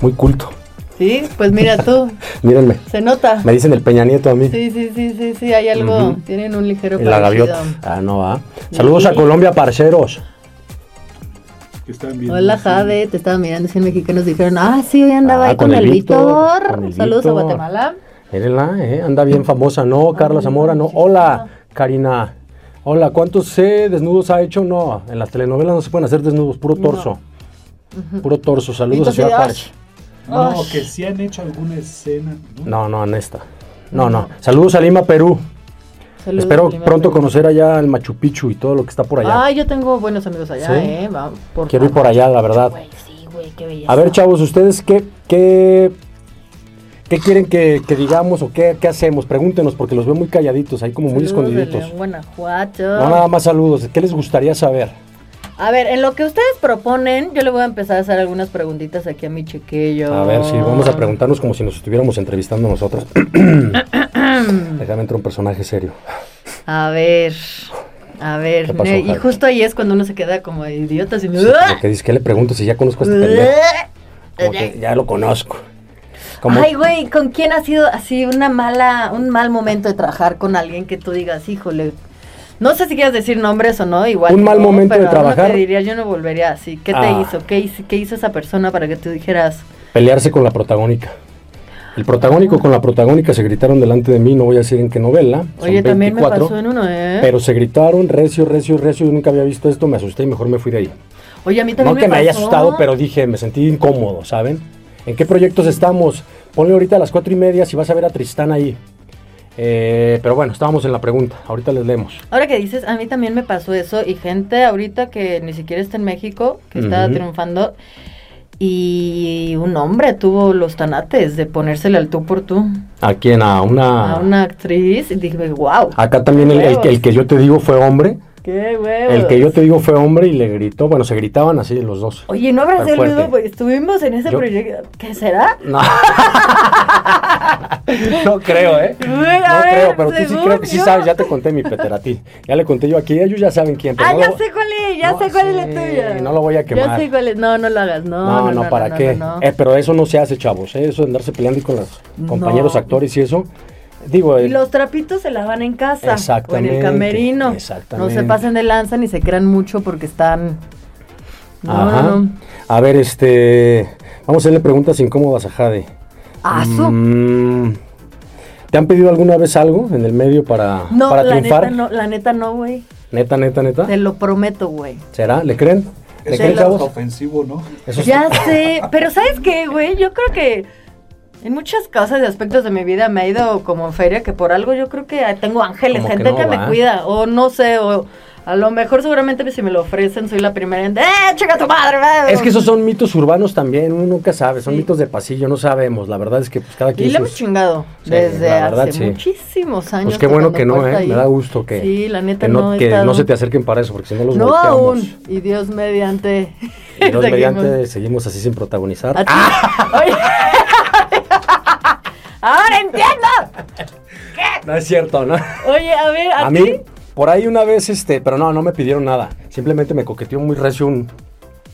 muy culto.
Sí, pues mira tú,
Mírenme,
se nota.
me dicen el Peña Nieto a mí.
Sí, sí, sí, sí, sí, hay algo.
Ujú.
Tienen un ligero
la
parecido.
gaviota. Ah, no, ah. Saludos a
Sí.
Colombia, parceros.
Que están viendo.
Hola Jade, te estaba mirando 100 mexicanos dijeron, ah, sí, hoy andaba
Ah,
ahí con, el Víctor.
con el
Saludos a
Víctor.
Guatemala.
Mírenla, eh, anda bien famosa, ¿no? Carla Zamora, no. Hola, Karina. Hola, ¿cuántos eh, desnudos ha hecho? No, en las telenovelas no se pueden hacer desnudos, puro torso. Puro torso, saludos a
Entonces,
Ciudad
ay,
Parche.
No,
Ay.
que sí han hecho alguna escena.
No,
No.
no, en esta. No, no. Saludos a Lima, Perú.
saludos a
Espero
Lima,
pronto
Perú.
conocer allá el Machu Picchu y todo lo que está por allá.
Ay, yo tengo buenos amigos allá,
¿Sí?
¿eh? Va, por
Quiero ir por allá, la verdad.
Güey, sí, güey, qué belleza.
A ver, chavos, ¿ustedes qué, qué, qué quieren que, que digamos o qué, qué hacemos? Pregúntenos, porque los veo muy calladitos, ahí como muy
Saludos de
escondiditos.
León, Guanajuato.
No, nada más saludos. ¿Qué les gustaría saber?
A ver, en lo que ustedes proponen, yo le voy a empezar a hacer algunas preguntitas aquí a mi chiquillo.
A ver, si vamos a preguntarnos como si nos estuviéramos entrevistando nosotros. Déjame entrar un personaje serio.
A ver, a ver.
¿Qué pasó,
ne- y
Javi?
justo ahí es cuando uno se queda como idiota, así.
Lo que dice, ¿qué le pregunto si ya conozco a este pendejo? Como que ya lo conozco. Como,
Ay, güey, ¿con quién ha sido así una mala, un mal momento de trabajar con alguien que tú digas, híjole? No sé si quieres decir nombres o no, igual.
Un
no,
mal momento
pero
de
alguno
trabajar.
Te diría, yo no volvería así. ¿Qué te
Ah.
hizo? ¿Qué, hizo? ¿Qué hizo esa persona para que tú dijeras?
pelearse con la protagónica. El protagónico con la protagónica se gritaron delante de mí, no voy a decir en qué novela. son
Oye, también
24.
me pasó en uno, ¿eh?
Pero se gritaron recio, recio, recio. Yo nunca había visto esto, me asusté y mejor me fui de ahí.
Oye, a mí
No
también
que
me
me haya
pasó.
asustado, pero dije, me sentí incómodo, ¿saben? ¿En qué proyectos estamos? Ponle ahorita a las cuatro y media si vas a ver a Tristán ahí. Eh, pero bueno, estábamos en la pregunta. Ahorita les leemos.
Ahora que dices, a mí también me pasó eso y gente ahorita que ni siquiera está en México, que está
Ujú.
triunfando y un hombre tuvo los tanates de ponérsele al tú por tú
¿A quién? A una...
a una actriz y dije, wow,
Acá también el, el que- el que yo te digo fue hombre.
qué huevo.
El que yo te digo fue hombre y le gritó. Bueno, se gritaban así los dos.
Oye, no habrá
Tan
sido el
fuerte.
mismo, Porque estuvimos en ese
Yo-
proyecto. ¿Qué será?
No. No creo, ¿eh?
Güey,
No
a ver,
creo, pero tú sí
según
creo que sí
yo.
sabes. Ya te conté mi Peter a ti. Ya le conté yo aquí. Ellos ya saben quién. pero
ah,
no
ya
lo-
sé cuál es, ya
no,
sé cuál es la
sí,
tuya.
no lo voy a
Ya
quemar.
sé cuál es, no, no lo hagas, no.
No, no, ¿para
no,
qué?
no, no.
Eh, pero eso no se hace, chavos. ¿eh? Eso de andarse peleando con los compañeros
No.
actores y eso. Digo,
Y
eh,
los trapitos se lavan en casa. O en
Exactamente,
el camerino.
exactamente.
No se pasen de lanza ni se crean mucho porque están. No,
ajá.
no, no.
A ver, este. Vamos a hacerle preguntas incómodas a Jade.
Ah, su-
Mm, ¿Te han pedido alguna vez algo en el medio para,
No,
para
la
triunfar?
neta no, la neta no, güey.
Neta, neta, neta.
Te lo prometo, güey.
¿Será? ¿Le creen? ¿Le
Eso
creen,
es
chavos?
ofensivo, ¿no?
Eso es-
Ya sé, pero ¿sabes qué, güey? Yo creo que en muchas cosas y aspectos de mi vida me ha ido como en feria, que por algo yo creo que tengo ángeles,
Como que
gente que,
no
me
va.
cuida, o no sé, o a lo mejor seguramente si me lo ofrecen soy la primera en, ¡eh, chica tu madre! va".
Es que esos son mitos urbanos también, uno nunca sabe, son
Sí.
mitos de pasillo, no sabemos. La verdad es que pues, cada
Y
quien
le hemos
sus-
chingado
Sí,
desde
la verdad,
hace
sí.
muchísimos años.
Pues qué bueno
tocando
que no, ¿eh?
puerta ahí.
Me da gusto que,
Sí, la neta
que
no
no,
he
que
estado-
no se te acerquen para eso, porque si no los
No
volteamos.
aún. Y Dios mediante.
Y los
seguimos.
mediante seguimos así sin protagonizar.
A ti- Oye. Ahora entiendo.
No es cierto, ¿no?
Oye, a ver, a,
A
ti?
mí, por ahí una vez, este, pero no, no me pidieron nada. Simplemente me coqueteó muy recio un-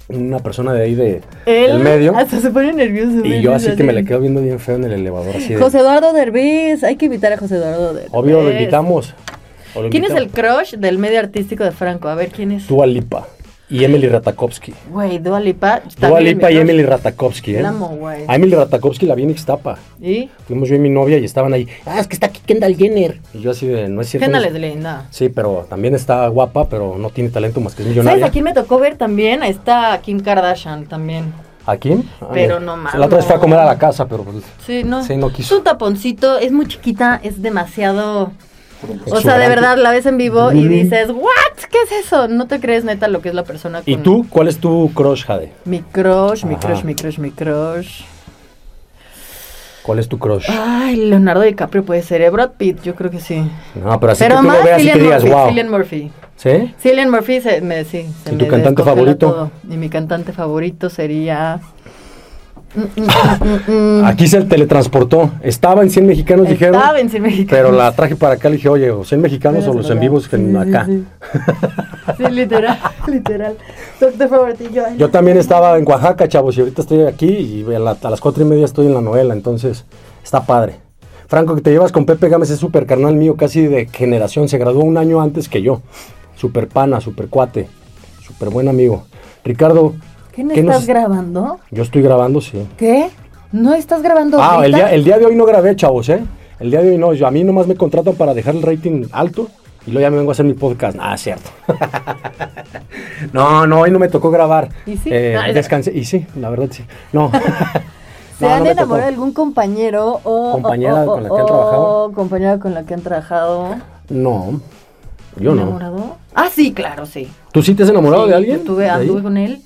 una persona de ahí de,
Él
del medio.
Hasta se pone nervioso.
Y
güey,
yo
no
así
sé,
que me le quedo viendo bien feo en el elevador. Así de,
José Eduardo Derbez, hay que invitar a José Eduardo Derbez.
obvio, lo invitamos. o lo
¿Quién es el
invitamos.
crush del medio artístico de Franco? A ver, ¿quién es?
Dua Lipa y Emily Ratakovsky.
Güey, Dua Lipa.
Dua
también
Lipa
mi
y
crush.
Emily Ratakovsky, ¿eh?
La amo, güey.
A Emily Ratakovsky la vi en Ixtapa.
¿Y?
Fuimos yo y mi novia y estaban ahí. Ah, es que está aquí Kendall Jenner. Y yo así de, no es cierto. no
Génales
es-
de linda.
Sí, pero también está guapa, pero no tiene talento más que es
¿Sabes
millonaria.
a quién me tocó ver también? A esta Kim Kardashian también.
¿A quién? Ah, mira.
Pero no mames.
La otra vez fue a comer a la casa, pero pues,
Sí, no.
Sí, no quiso.
Es un taponcito, es muy chiquita, es demasiado. O sea,
Exuberante.
de verdad la ves en vivo y
Mm.
dices, ¿what? ¿Qué es eso? No te crees neta lo que es la persona.
¿Y
con-
tú? ¿Cuál es tu crush, Jade?
Mi crush, mi
Ajá.
crush, mi crush, mi crush.
¿Cuál es tu crush?
Ay, Leonardo DiCaprio puede ser. eh, Brad Pitt, yo creo que sí.
No, pero así
Pero
que tú
más
lo veas y
Cillian
te digas,
Murphy.
wow.
Cillian Murphy.
¿Sí?
Cillian Murphy, se, me, sí. se
¿Y
me
tu cantante
descongela
favorito?
todo. Y mi cantante favorito sería. Mm, mm, mm, mm, mm.
Aquí se teletransportó. Estaba en 100 mexicanos, dijeron.
Estaba en Cien Mexicanos.
Pero la traje para acá, le dije, oye, ¿o 100 mexicanos o los en vivos que
Sí, sí,
acá?
Sí, Sí, literal, literal. Tu actor favorito y yo. ay,
Yo
no.
también estaba en Oaxaca, chavos, y ahorita estoy aquí y a, la- a las cuatro y media estoy en la novela, entonces está padre. Franco, que te llevas con Pepe Gámez es súper carnal mío, casi de generación, se graduó un año antes que yo. Súper pana, súper cuate, súper buen amigo. Ricardo,
¿Qué no
¿qué
estás
nos-
grabando?
yo estoy grabando, sí.
¿Qué? ¿No estás grabando
Ah, el
ahorita?
día, el día de hoy no grabé, chavos, ¿eh? El día de hoy no, yo- a mí nomás me contratan para dejar el rating alto y luego ya me vengo a hacer mi podcast. Ah, cierto. no, no, hoy no me tocó grabar.
¿Y sí?
Eh,
Ah,
descansé. Y sí, la verdad sí. No.
¿Se
No, no
han
me
enamorado de
tocó.
algún compañero o
Compañera
o- o-
con la que han
o-
trabajado?
compañera con la que han trabajado?
No, yo no.
¿Enamorado? Ah, sí, claro, sí.
¿Tú sí te has enamorado
Sí,
de alguien?
Yo tuve,
¿De ahí?
anduve con él.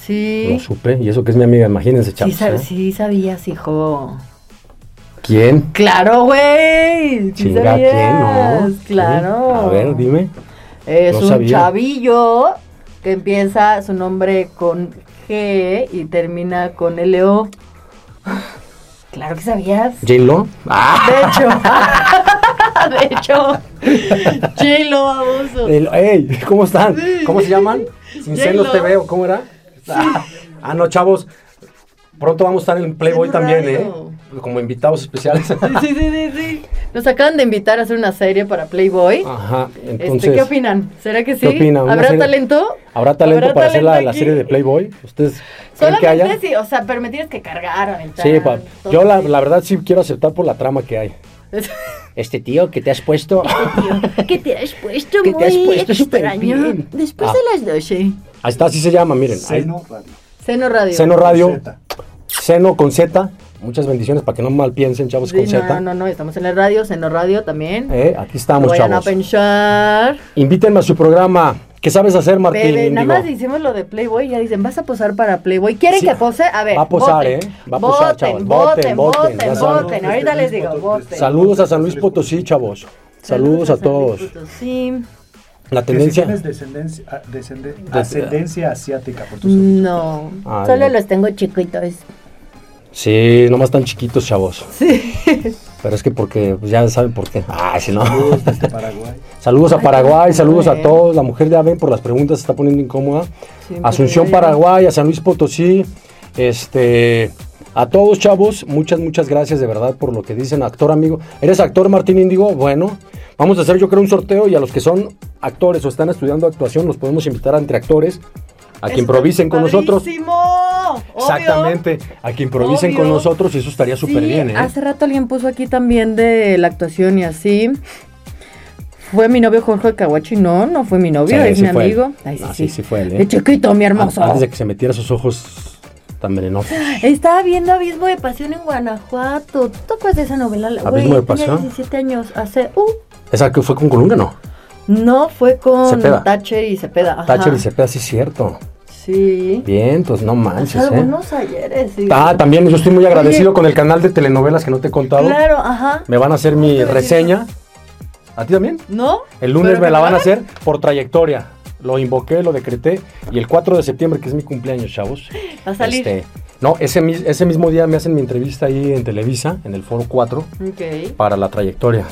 Sí.
No supe, y eso que es mi amiga, imagínense,
sí,
chavos.
sab-
¿eh?
sí sabías, hijo.
¿Quién?
Claro, güey. Sí
Chinga,
sabías.
¿quién? No. ¿Quién?
Claro.
A ver, dime.
Es
no
un
sabía.
chavillo que empieza su nombre con G y termina con LO. Claro que sabías.
¿J Lo? ¡Ah!
De hecho. de hecho. Chilo, baboso.
El- ¡Ey! ¿Cómo están? ¿Cómo se llaman? Sin
J-Lo.
celos te veo, ¿cómo era? Ah, ah, no, chavos. Pronto vamos a estar en Playboy
En
también,
radio.
¿eh? Como invitados especiales.
Sí, sí, sí, sí. Nos acaban de invitar a hacer una serie para Playboy.
Ajá,
Este,
Ah, entonces.
¿Qué opinan? ¿Será que sí?
¿Qué opinan? Una
¿Habrá
serie-
talento?
¿Habrá talento para hacer la,
talento
la
aquí?
serie de Playboy? ¿Ustedes creen que haya?
Solamente sí, o sea, pero me tienes que cargar el
Sí,
tal,
pa-
todo
yo la,
así.
la verdad sí quiero aceptar por la trama que hay. Este tío que te has puesto.
que te has puesto
Que te has muy puesto súper extraño. bien.
Después
Ah.
de las 12.
Ahí está, así se llama, miren. Ahí-
Seno Radio.
Seno Radio.
Seno Radio,
Z.
Seno con Z. Muchas bendiciones para que no mal piensen, chavos,
Sí,
pues, con
no,
Z.
no, no, no, estamos en la radio, Seno Radio también.
Eh, aquí
No
estamos,
vayan
chavos.
a pensar.
Invítenme a su programa. ¿Qué sabes hacer, Martín?
Bebé, nada
Índigo?
más hicimos lo de Playboy, ya dicen, vas a posar para Playboy. ¿Quieren
Sí.
que pose? A ver.
Va a posar,
voten.
¿eh? Va a posar, chavos.
voten,
Voten,
voten,
voten, ya
voten,
saben.
voten. Ahorita les digo, voten.
Saludos a San Luis Potosí, chavos. Saludos a
San Luis
todos.
Potosí.
La
Que si
tendencia.
tienes descendencia, ah, descende-
De-
ascendencia asiática por
Mm.
tus
No,
Ah,
solo
bien.
los tengo chiquitos.
Sí, nomás tan chiquitos, chavos.
Sí.
Pero es que porque pues, ya saben por qué. Ah, si no.
amigos desde Paraguay.
Saludos a Paraguay, saludos a
padre.
todos. La mujer de Aven por las preguntas se está poniendo incómoda.
Sí,
Asunción
Paraguay.
Paraguay, a San Luis Potosí, este, a todos chavos, muchas, muchas gracias de verdad por lo que dicen, actor amigo. ¿Eres actor Martín Índigo? Bueno, vamos a hacer yo creo un sorteo y a los que son actores o están estudiando actuación los podemos invitar a entre actores a que
Eso
improvisen
está
con nosotros.
padrísimo, obvio.
Exactamente, a que improvisen con
Obvio.
nosotros y eso estaría súper
Sí,
bien, ¿eh?
Hace rato alguien puso aquí también de la actuación y así. Fue mi novio Jorge Caguachi. No, no fue mi novio,
Sí,
es
sí
mi
fue él.
amigo. Ay, sí,
No, sí,
sí.
sí fue él, ¿eh? Ah,
De chiquito, mi hermoso.
Antes de que se metiera esos ojos tan venenosos.
Estaba viendo Abismo de Pasión en Guanajuato. ¿Tú te acuerdas de esa novela? La-
¿Abismo
güey,
de Pasión?
Tenía 17 años. Hace. Uh,
Esa que fue con Colunga, ¿no?
no, fue con
Cepeda.
Thatcher y Cepeda. ajá.
Thatcher y Cepeda, sí es cierto.
Sí.
Bien, entonces no
Pues
manches, ¿eh?
Algunos ayeres, sí.
Ah, también yo estoy muy agradecido con el canal de telenovelas que no te he contado.
Claro, ajá.
Me van a hacer mi reseña. ¿A ti también?
¿No?
El lunes
¿Pero
me
que
la
te
van a
hagan?
hacer por trayectoria. Lo invoqué, lo decreté. Y el 4 de septiembre, que es mi cumpleaños, chavos.
Va a salir.
este, no, ese, mis- ese mismo día me hacen mi entrevista ahí en Televisa, en el Foro 4,
Ok.
para la trayectoria.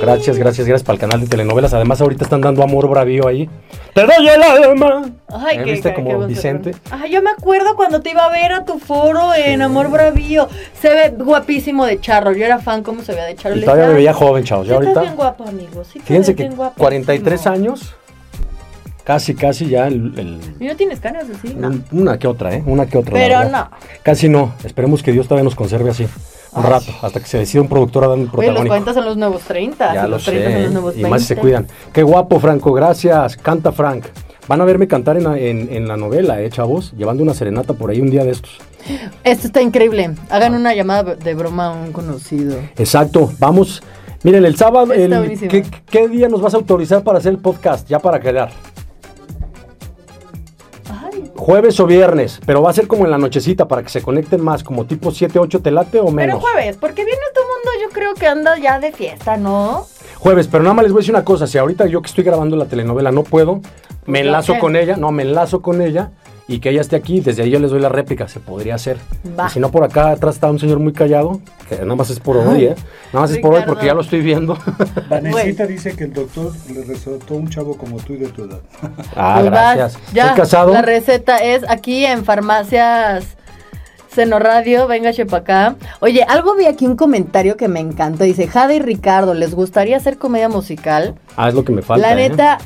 Gracias, gracias, gracias para el canal de telenovelas. Además, ahorita están dando amor bravío ahí. ¡Te doy el alma!
Ay,
¿Eh?
qué,
¿Viste
qué-
como
qué gusto,
Vicente?
perdón. Ay, yo me acuerdo cuando te iba a ver a tu foro en Amor Bravío. Se ve guapísimo de Charro. Yo era fan cómo se veía de Charro.
Y
Le
todavía
decía,
me veía joven, chavos.
"Sí
Ya ahorita.
Estás bien guapo, amigo. Sí, te
Fíjense
ves
que
bien guapísimo".
43 años, casi, casi ya el- el-
¿Y no tienes canas así? No.
un- una que otra, ¿eh? Una que otra. la
Pero
verdad.
no.
Casi no. Esperemos que Dios todavía nos conserve así. Un
Ay.
rato, hasta que se decida un productor a dar un
Oye, los
protagónico.
40 son los nuevos 30.
ya
y
lo
los 30 son
sé.
los nuevos
Y más si se
20.
cuidan. Qué guapo, Franco. Gracias. Canta, Frank. Van a verme cantar en la, en- en la novela, ¿eh, chavos? Llevando una serenata por ahí un día de estos.
Esto está increíble.
Ah.
Hagan una llamada de broma a un conocido.
Exacto. Vamos. Miren, el sábado.
Está
el-
buenísimo.
¿qué, ¿Qué día nos vas a autorizar para hacer el podcast? Ya para quedar.
Ay,
Jueves o viernes, pero va a ser como en la nochecita para que se conecten más, como tipo 7, 8 telate o
Pero
menos.
jueves, porque viene todo el mundo, yo creo que anda ya de fiesta, ¿no?
Jueves, pero nada más les voy a decir una cosa, si ahorita yo que estoy grabando la telenovela no puedo,
Pues
me
ya
enlazo
sé.
con ella, no, me enlazo con ella y que ella esté aquí, desde ahí yo les doy la réplica, se podría hacer.
Va.
Y Si no, por acá atrás está un señor muy callado, que nada más es por hoy, ¿eh? Nada más es por hoy porque
Ricardo. Pues
ya lo estoy viendo.
Vanesita dice que el doctor le resaltó un chavo como tú y de tu edad.
ah,
Pues vas,
gracias.
Ya,
Estoy casado.
La receta es aquí en Farmacias Senoradio, venga para acá. Oye, algo vi aquí un comentario que me encantó. Dice, Jade y Ricardo, ¿les gustaría hacer comedia musical?
Ah, es lo que me falta.
la
¿eh?
neta...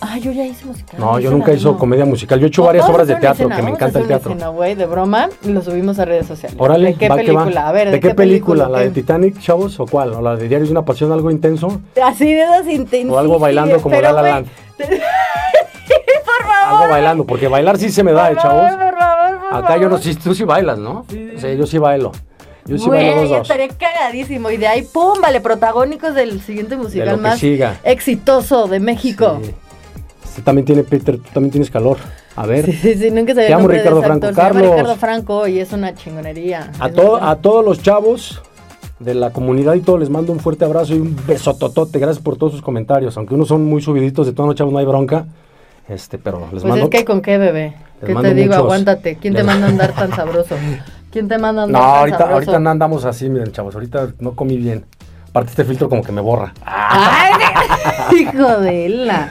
Ay, yo ya hice musical.
No, yo
hice
nunca
nada,
hizo
no.
comedia musical. Yo he hecho
No,
varias
vamos a
obras de
hacer una
teatro,
escena,
que me
vamos a
encanta el
hacer una
teatro.
escena, güey, de broma, y lo subimos a redes sociales.
Órale,
¿De qué
va que va.
película? A ver,
¿de, qué, película? ¿La de
¿Qué?
Titanic, chavos, o cuál? ¿O la de Diario de una pasión, algo intenso?
Así de esas intensas.
O algo bailando como La
pero,
La
güey,
Land.
Por favor.
Algo bailando, porque bailar sí se me da, eh,
por favor,
chavos.
por favor, por
Acá yo no
favor.
sé, tú sí bailas, ¿no? Sí, yo sí bailo. Yo sí bailo
Güey,
los dos.
estaría cagadísimo. Y de ahí, pum, vale, protagónicos del siguiente
De
musical
lo que
más
siga.
exitoso de México.
Sí. Este también tiene Peter, tú también tienes calor. A ver.
Sí, sí, sí, nunca
Te
sabía el
amo,
nombre
Ricardo
de ese
Franco.
actor. Se llama
Carlos.
Ricardo Franco y es una chingonería.
A,
Es
todo-
una-
a todos los chavos de la comunidad y todo les mando un fuerte abrazo y un besototote. Gracias por todos sus comentarios. Aunque unos son muy subiditos de tono, chavos, no hay bronca. Este, pero les
Pues
mando.
es que con qué, bebé.
Les
¿Qué
mando
te digo?
muchos.
Aguántate. ¿Quién te
Les-
manda a andar tan sabroso? ¿Quién te manda a
No,
andar tan
ahorita,
sabroso?
ahorita no andamos así, miren, chavos. Ahorita no comí bien. Aparte, este filtro como que me borra.
Ay, hijo de la.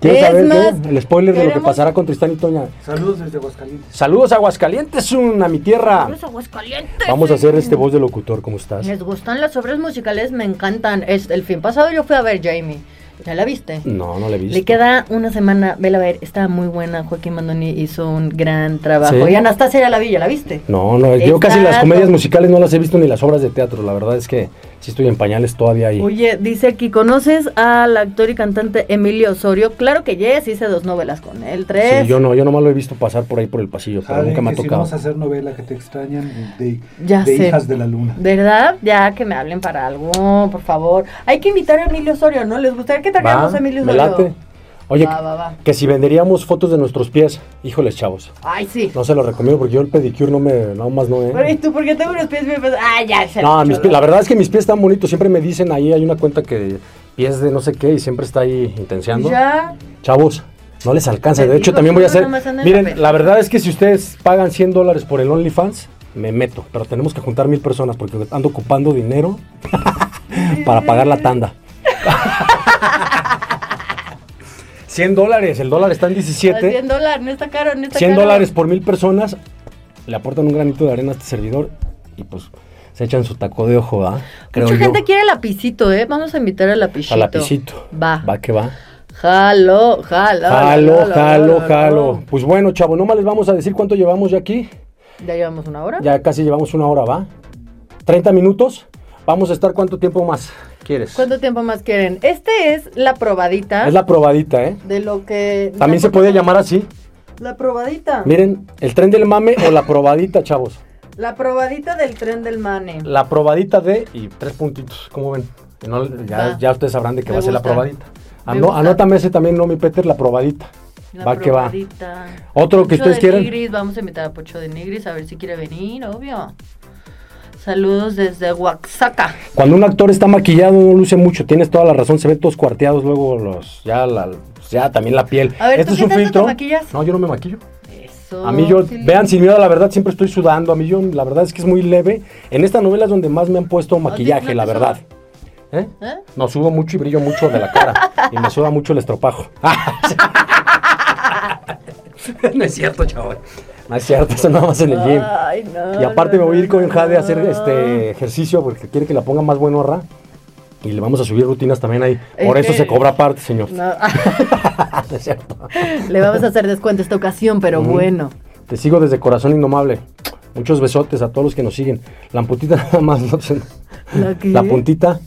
¿Quieres
Es
saber
más,
qué? el spoiler de lo que
queremos-
pasará con Tristán y Toña?
Saludos desde Aguascalientes.
Saludos a Aguascalientes, una mi tierra.
Los Aguascalientes.
Vamos a hacer este voz de locutor, ¿cómo estás?
Les gustan las obras musicales, me encantan. Es, el fin pasado yo fui a ver Jamie. ¿Ya la viste?
No, no le vi.
Le queda una semana, vela a ver, está muy buena. Joaquín Mandoni hizo un gran trabajo.
¿Sí?
Y Anastasia ya la vi, ¿ya la viste?
No, no, yo casi las
Exacto.
comedias musicales no las he visto ni las obras de teatro. La verdad es que sí estoy en pañales todavía ahí.
Oye, dice aquí, ¿conoces al actor y cantante Emilio Osorio? Claro que yes, hice dos novelas con él, tres.
Sí, yo no, yo nomás lo he visto pasar por ahí por el pasillo, pero
Jade,
nunca me ha
que si vamos a
tocado.
hacer novela que te extrañan de,
Ya
de
sé.
hijas de la luna.
¿Verdad? Ya que me hablen para algo, por favor. Hay que invitar a Emilio Osorio, ¿no? ¿Les gustaría que trajéramos a
Va,
Emilio
me
Osorio?
late. Oye,
Va, va, va.
que si venderíamos fotos de nuestros pies, híjoles, chavos.
Ay, sí.
No se lo recomiendo porque yo el pedicure no me, nada más no, ¿eh?
Pero, ¿y tú por qué tengo los pies bien pesados? Ah, ya, se
No,
lo
mis
chulo.
pies- la verdad es que mis pies están bonitos. Siempre me dicen ahí, hay una cuenta que pies de no sé qué y siempre está ahí intenseando.
Ya.
Chavos, no les alcanza.
Te
De hecho,
digo,
también voy a
no,
hacer.
nomás andan en la
Miren,
peda.
la verdad es que si ustedes pagan 100 dólares por el OnlyFans, me meto. Pero tenemos que juntar mil personas porque ando ocupando dinero para pagar la tanda. 100 dólares, el dólar está en
A 100
17.
Pues, dólares, no está caro, no está
100
caro.
dólares por mil personas le aportan un granito de arena a este servidor y pues se echan su taco de ojo, ¿ah? Creo
Mucha
yo.
gente quiere lapicito, ¿eh? Vamos a invitar a lapicito.
a lapicito.
Va.
Va que va.
Jalo, jalo.
Jalo, jalo, jalo. Pues bueno, chavo, nomás les vamos a decir cuánto llevamos ya aquí.
¿Ya llevamos una hora?
Ya casi llevamos una hora, ¿va? 30 minutos. Vamos a estar cuánto tiempo más quieres.
¿Cuánto tiempo más quieren? Este es la probadita
Es la probadita, ¿eh?
de lo que...
También se puede llamar así.
La probadita.
Miren, el tren del mame o la probadita, chavos.
La probadita del tren del mane.
La probadita de y tres puntitos, ¿cómo ven? No, ya,
Va.
ya ustedes sabrán de qué
Me
va a ser la
gusta.
probadita.
Me
Ano-
gusta.
anótame ese también, no mi Peter, la probadita.
La
va que va.
probadita.
Otro que
Pocho
ustedes
de
quieran.
Nigris, Vamos a invitar a Pocho de Nigris a ver si quiere venir, obvio. Saludos desde Oaxaca.
Cuando un actor está maquillado no luce mucho, tienes toda la razón, se ven todos cuarteados luego los ya la pues ya también la piel.
A ver, ¿tú qué tanto te maquillas?
No, yo no me maquillo.
Eso.
A mí yo,
sí.
vean sin miedo, la verdad siempre estoy sudando, a mí yo la verdad es que es muy leve. En esta novela es donde más me han puesto maquillaje,
no
la
te
verdad. ¿Eh?
¿Eh?
No sudo mucho y brillo mucho de la cara y me suda mucho el estropajo. no es cierto, chaval. No es cierto, eso nada más en el gym.
Ay, no.
Y aparte me
no,
voy a ir
no,
con Jade a
no.
hacer este ejercicio porque quiere que la ponga más buenorra. Y le vamos a subir rutinas también ahí.
Es
Por eso
que-
se cobra aparte, señor.
No.
No es cierto.
Le vamos a hacer descuento esta ocasión, pero
Ujú.
bueno.
Te sigo desde corazón indomable. Muchos besotes a todos los que nos siguen. La puntita nada más. no sé.
¿La qué?
La puntita.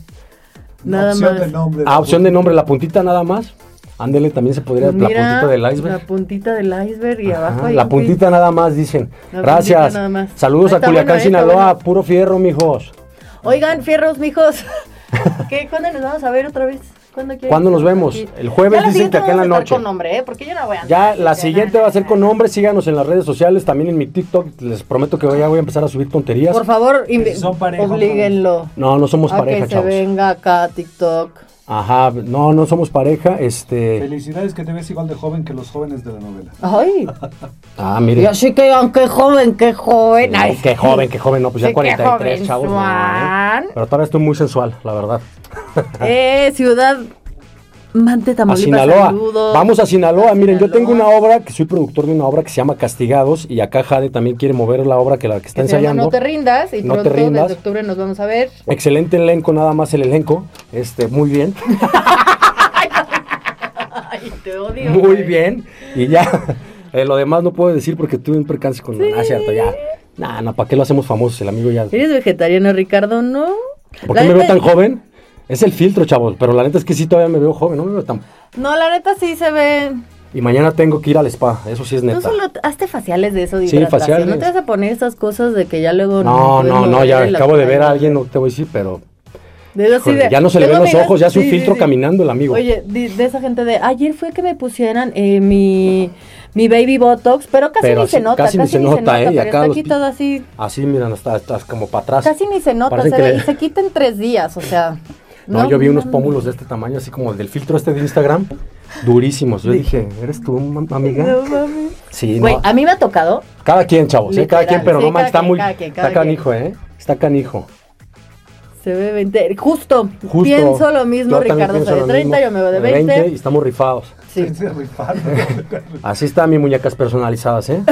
Nada
opción
más.
de nombre.
Ah, opción de nombre, la puntita nada más. Ándele, también se podría la
Mira,
puntita del iceberg.
La puntita del iceberg y
Ajá,
abajo hay
la
un
puntita nada más, dicen.
La
Gracias.
puntita nada más.
Saludos
Ahí
a
está
Culiacán,
bueno, ahí está
Sinaloa.
bueno.
Puro fierro, mijos.
pin. Oigan, fierros, mijos. ¿Qué? ¿Cuándo nos vamos a ver otra vez?
¿Cuándo, quieres
¿Cuándo
que
nos
estemos
vemos?
aquí?
El jueves
Ya la
dicen
siguiente
que acá en la
vamos a estar
noche.
con nombre, ¿eh? Porque yo no voy a
Ya
andar
la
así,
siguiente va a ser con nombres. Síganos en las redes sociales, también en mi TikTok. Les prometo que ya voy a empezar a subir tonterías.
Por favor, invi-
Son pareja,
oblíguenlo
No, no somos
a
pareja,
que se
chavos.
venga acá a TikTok.
Ajá, no, no somos pareja. Este.
Felicidades que te ves igual de joven que los jóvenes de la novela.
Ay,
Ah,
y
mire.
así que digan, qué joven, qué joven. Ay,
No, qué joven, qué joven, no, pues
Sí,
ya
qué
43,
joven,
chavos. no,
Juan.
¿eh? Pero todavía estoy muy sensual, la verdad.
Eh, ciudad Mante
A
Tamaulipas.
Sinaloa.
saludos.
Vamos a Sinaloa. Miren, yo
Sinaloa.
tengo una obra que soy productor de una obra que se llama Castigados y acá Jade también quiere mover la obra que la que está
Que se
ensayando.
llama No te rindas y
No te
pronto
rindas.
desde octubre nos vamos a ver.
Excelente elenco, nada más el elenco. Este, muy bien.
Ay, te odio.
Muy bien. Y ya, eh, lo demás no puedo decir porque tuve un percance con... Ah, cierto, ya. Nah, nah, ¿para qué lo hacemos famosos? El amigo ya...
¿Eres vegetariano, Ricardo? No.
¿Por
La
qué me veo
neta-
tan joven? Es el filtro, chavos. Pero la neta es que sí todavía me veo joven, no me veo tan...
No, la neta sí se ve.
Y mañana tengo que ir al spa, eso sí es
Tú
neta.
solo t- hazte faciales de eso, de
Sí,
hidratación.
faciales.
No te vas a poner esas cosas de que ya luego
No,
puedes
no, no,
mover
ya
la
acabo de ver a
pantalla.
alguien, no te voy a decir, pero...
De esas
híjole,
sí de-
ya no se le
luego
ven los
miras-
ojos, ya es un
sí, sí,
filtro
sí.
caminando el amigo.
Oye, de, de esa gente de ayer fue que me pusieran eh, mi, mi baby botox, pero casi
Pero
ni se
así-
nota, casi, ni se nota,
¿eh? Y
pero
acá
está
los
aquí
pi-
todo así,
Así, miran, hasta, hasta como para atrás.
casi ni se nota,
Parece
se,
que
ve,
le-
y se quita en tres días, o sea.
No, yo vi unos
mames.
pómulos de este tamaño, así como el del filtro este de Instagram, durísimos. Yo dije, ¿eres tú, mam- amiga?
No mames.
Sí,
Güey,
no.
a mí me ha tocado
Cada quien, chavos, ¿eh? cada
Literal,
quien, pero
sí,
no manches, está
cada quien,
muy.
cada quien, cada
está canijo, ¿eh? Está canijo.
Se ve 20. Justo,
Justo.
pienso lo mismo,
Yo también
Ricardo
pienso
se ve
lo
30,
mismo.
yo me veo de 20.
y estamos rifados.
Sí.
Se rifaron.
Así están mis muñecas personalizadas, ¿eh?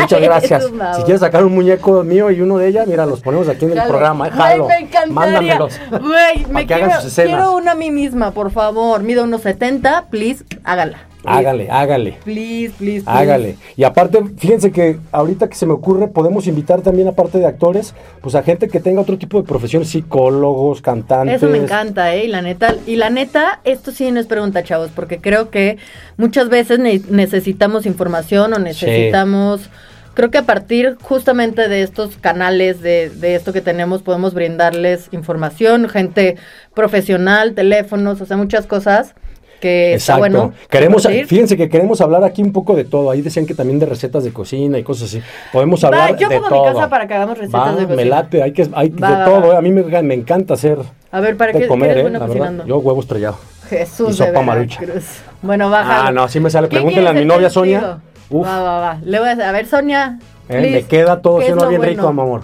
Muchas gracias.
Eres un vago.
Si quieres sacar un muñeco mío y uno de ella, mira, los ponemos aquí en el
Jalo.
programa. ¿eh?
Güey,
Jalo.
me encantaría.
Mándamelos.
Güey,
Para
me
que hagan
quiero,
sus escenas.
quiero una a mí misma, por favor. Mido unos 70, please, hágala.
Hágale, hágale.
Please, please, please.
Hágale. Y aparte, fíjense que ahorita que se me ocurre, podemos invitar también, aparte de actores, pues a gente que tenga otro tipo de profesión, psicólogos, cantantes.
Eso me encanta, ¿eh? Y la neta, y la neta, esto sí no es pregunta, chavos, porque creo que muchas veces ne- necesitamos información o necesitamos... Creo que a partir justamente de estos canales, de, de esto que tenemos, podemos brindarles información, gente profesional, teléfonos, o sea, muchas cosas que está
Exacto.
bueno.
queremos,
compartir.
fíjense que queremos hablar aquí un poco de todo. Ahí decían que también de recetas de cocina y cosas así. Podemos
Va,
hablar
yo
de
como
todo.
mi casa para que hagamos recetas
Va,
de
me
cocina.
late, hay que hay
Va,
de
va,
todo.
va.
eh. A mí me, me encanta hacer
A ver, ¿para
de
qué
comer,
eres
eh,
bueno
la verdad.
cocinando?
Yo huevo estrellado.
Jesús
Y
de
sopa
Veracruz. Bueno, baja.
Ah, no, sí me sale. Pregúntenle a mi novia Sonia. Uf.
Va, va, va. Le voy a decir, a ver, Sonia.
Eh, me
please,
queda todo
¿qué es
siendo
lo
bien
bueno?
rico, mi amor.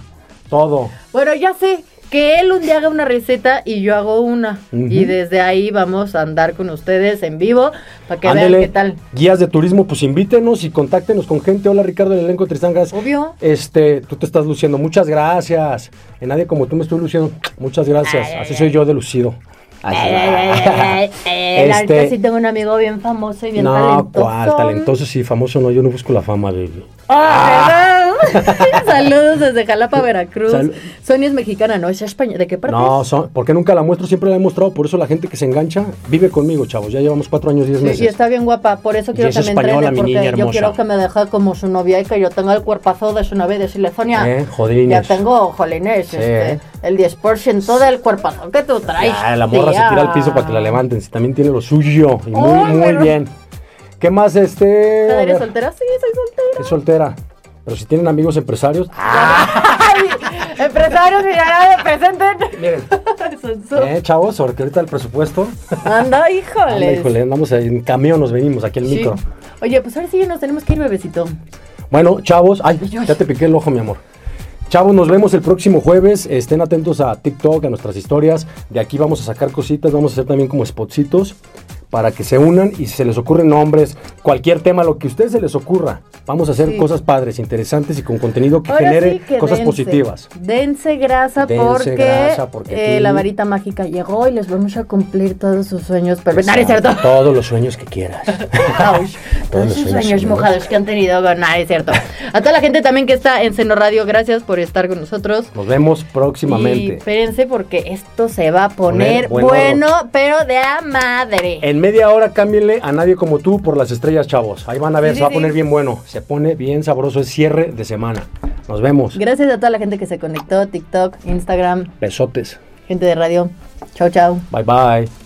Todo.
Bueno, ya sé que él un día haga una receta y yo hago una.
Ujú.
Y desde ahí vamos a andar con ustedes en vivo para que
Ándele,
vean qué tal.
Guías de turismo, pues invítenos y contáctenos con gente. Hola Ricardo del elenco de Tristán gracias.
Obvio.
Este, tú te estás luciendo. Muchas gracias. En nadie como tú me estoy luciendo. Muchas gracias. Así soy yo de lucido. Así.
Ay, ay, ay, ay, ay, ay. La
Este-
neta sí tengo un amigo bien famoso y bien
no,
talentoso.
cuál, talentoso sí, famoso no, yo no busco la fama, baby.
Ah, ¿verdad? Saludos desde Jalapa, Veracruz.
Sal-
Sonia es mexicana, ¿no? ¿Es española? ¿De qué parte
No,
es?
son, porque nunca la muestro, siempre la he mostrado, por eso la gente que se engancha vive conmigo, chavos. Ya llevamos cuatro años, diez
Sí,
meses.
y está bien guapa, por eso quiero
este. es
que me
española,
entrene,
mi
porque
niña
yo
hermosa.
quiero que me deje como su novia y que yo tenga el cuerpazo de su novia y decirle, Sonia,
Eh, jodines.
ya tengo, jolines, este, el 10% del cuerpazo que tú traes.
Ah, la morra se
tía".
tira al piso para que la levanten, si también tiene lo suyo. Y muy,
Ay,
muy
pero-
bien. ¿Qué más, este? a
¿Eres
ver,
soltera? Sí, soy soltera.
es soltera. Pero si tienen amigos empresarios,
Ay, empresarios y ya me presenten.
miren,
Son su-
eh, chavos, sobre que ahorita el presupuesto.
Anda,
Anda,
híjoles.
híjole, andamos en camión, nos venimos aquí al
Sí.
micro.
Oye, pues ahora sí ya nos tenemos que ir, bebecito.
Bueno, chavos, ay, ya te piqué el ojo, mi amor. Chavos, nos vemos el próximo jueves. Estén atentos a TikTok, a nuestras historias. De aquí vamos a sacar cositas, vamos a hacer también como spotcitos para que se unan y si se les ocurren nombres, cualquier tema, lo que a ustedes se les ocurra. Vamos a hacer
Sí.
cosas padres, interesantes y con contenido que
Ahora
genere
sí que
cosas
dense,
positivas.
Dense grasa
Dense
porque,
grasa, porque
eh,
aquí-
la varita mágica llegó y les vamos a cumplir todos sus sueños. Pero no, no es cierto.
Todos los sueños que quieras.
Todos sus sueños mojados que han tenido. No, no es cierto. A toda la gente también que está en Seno Radio, gracias por estar con nosotros.
Nos vemos
Y
próximamente.
espérense porque esto se va a
Poner
poner
bueno.
bueno, pero de a madre.
En media hora cámbienle a nadie como tú por las estrellas, chavos. Ahí van a ver,
Sí,
se va
sí,
a poner
sí.
bien bueno. Se pone bien sabroso. Es cierre de semana. Nos vemos.
Gracias a toda la gente que se conectó, TikTok, Instagram,
Besotes.
gente de radio. Chau, chau.
Bye bye.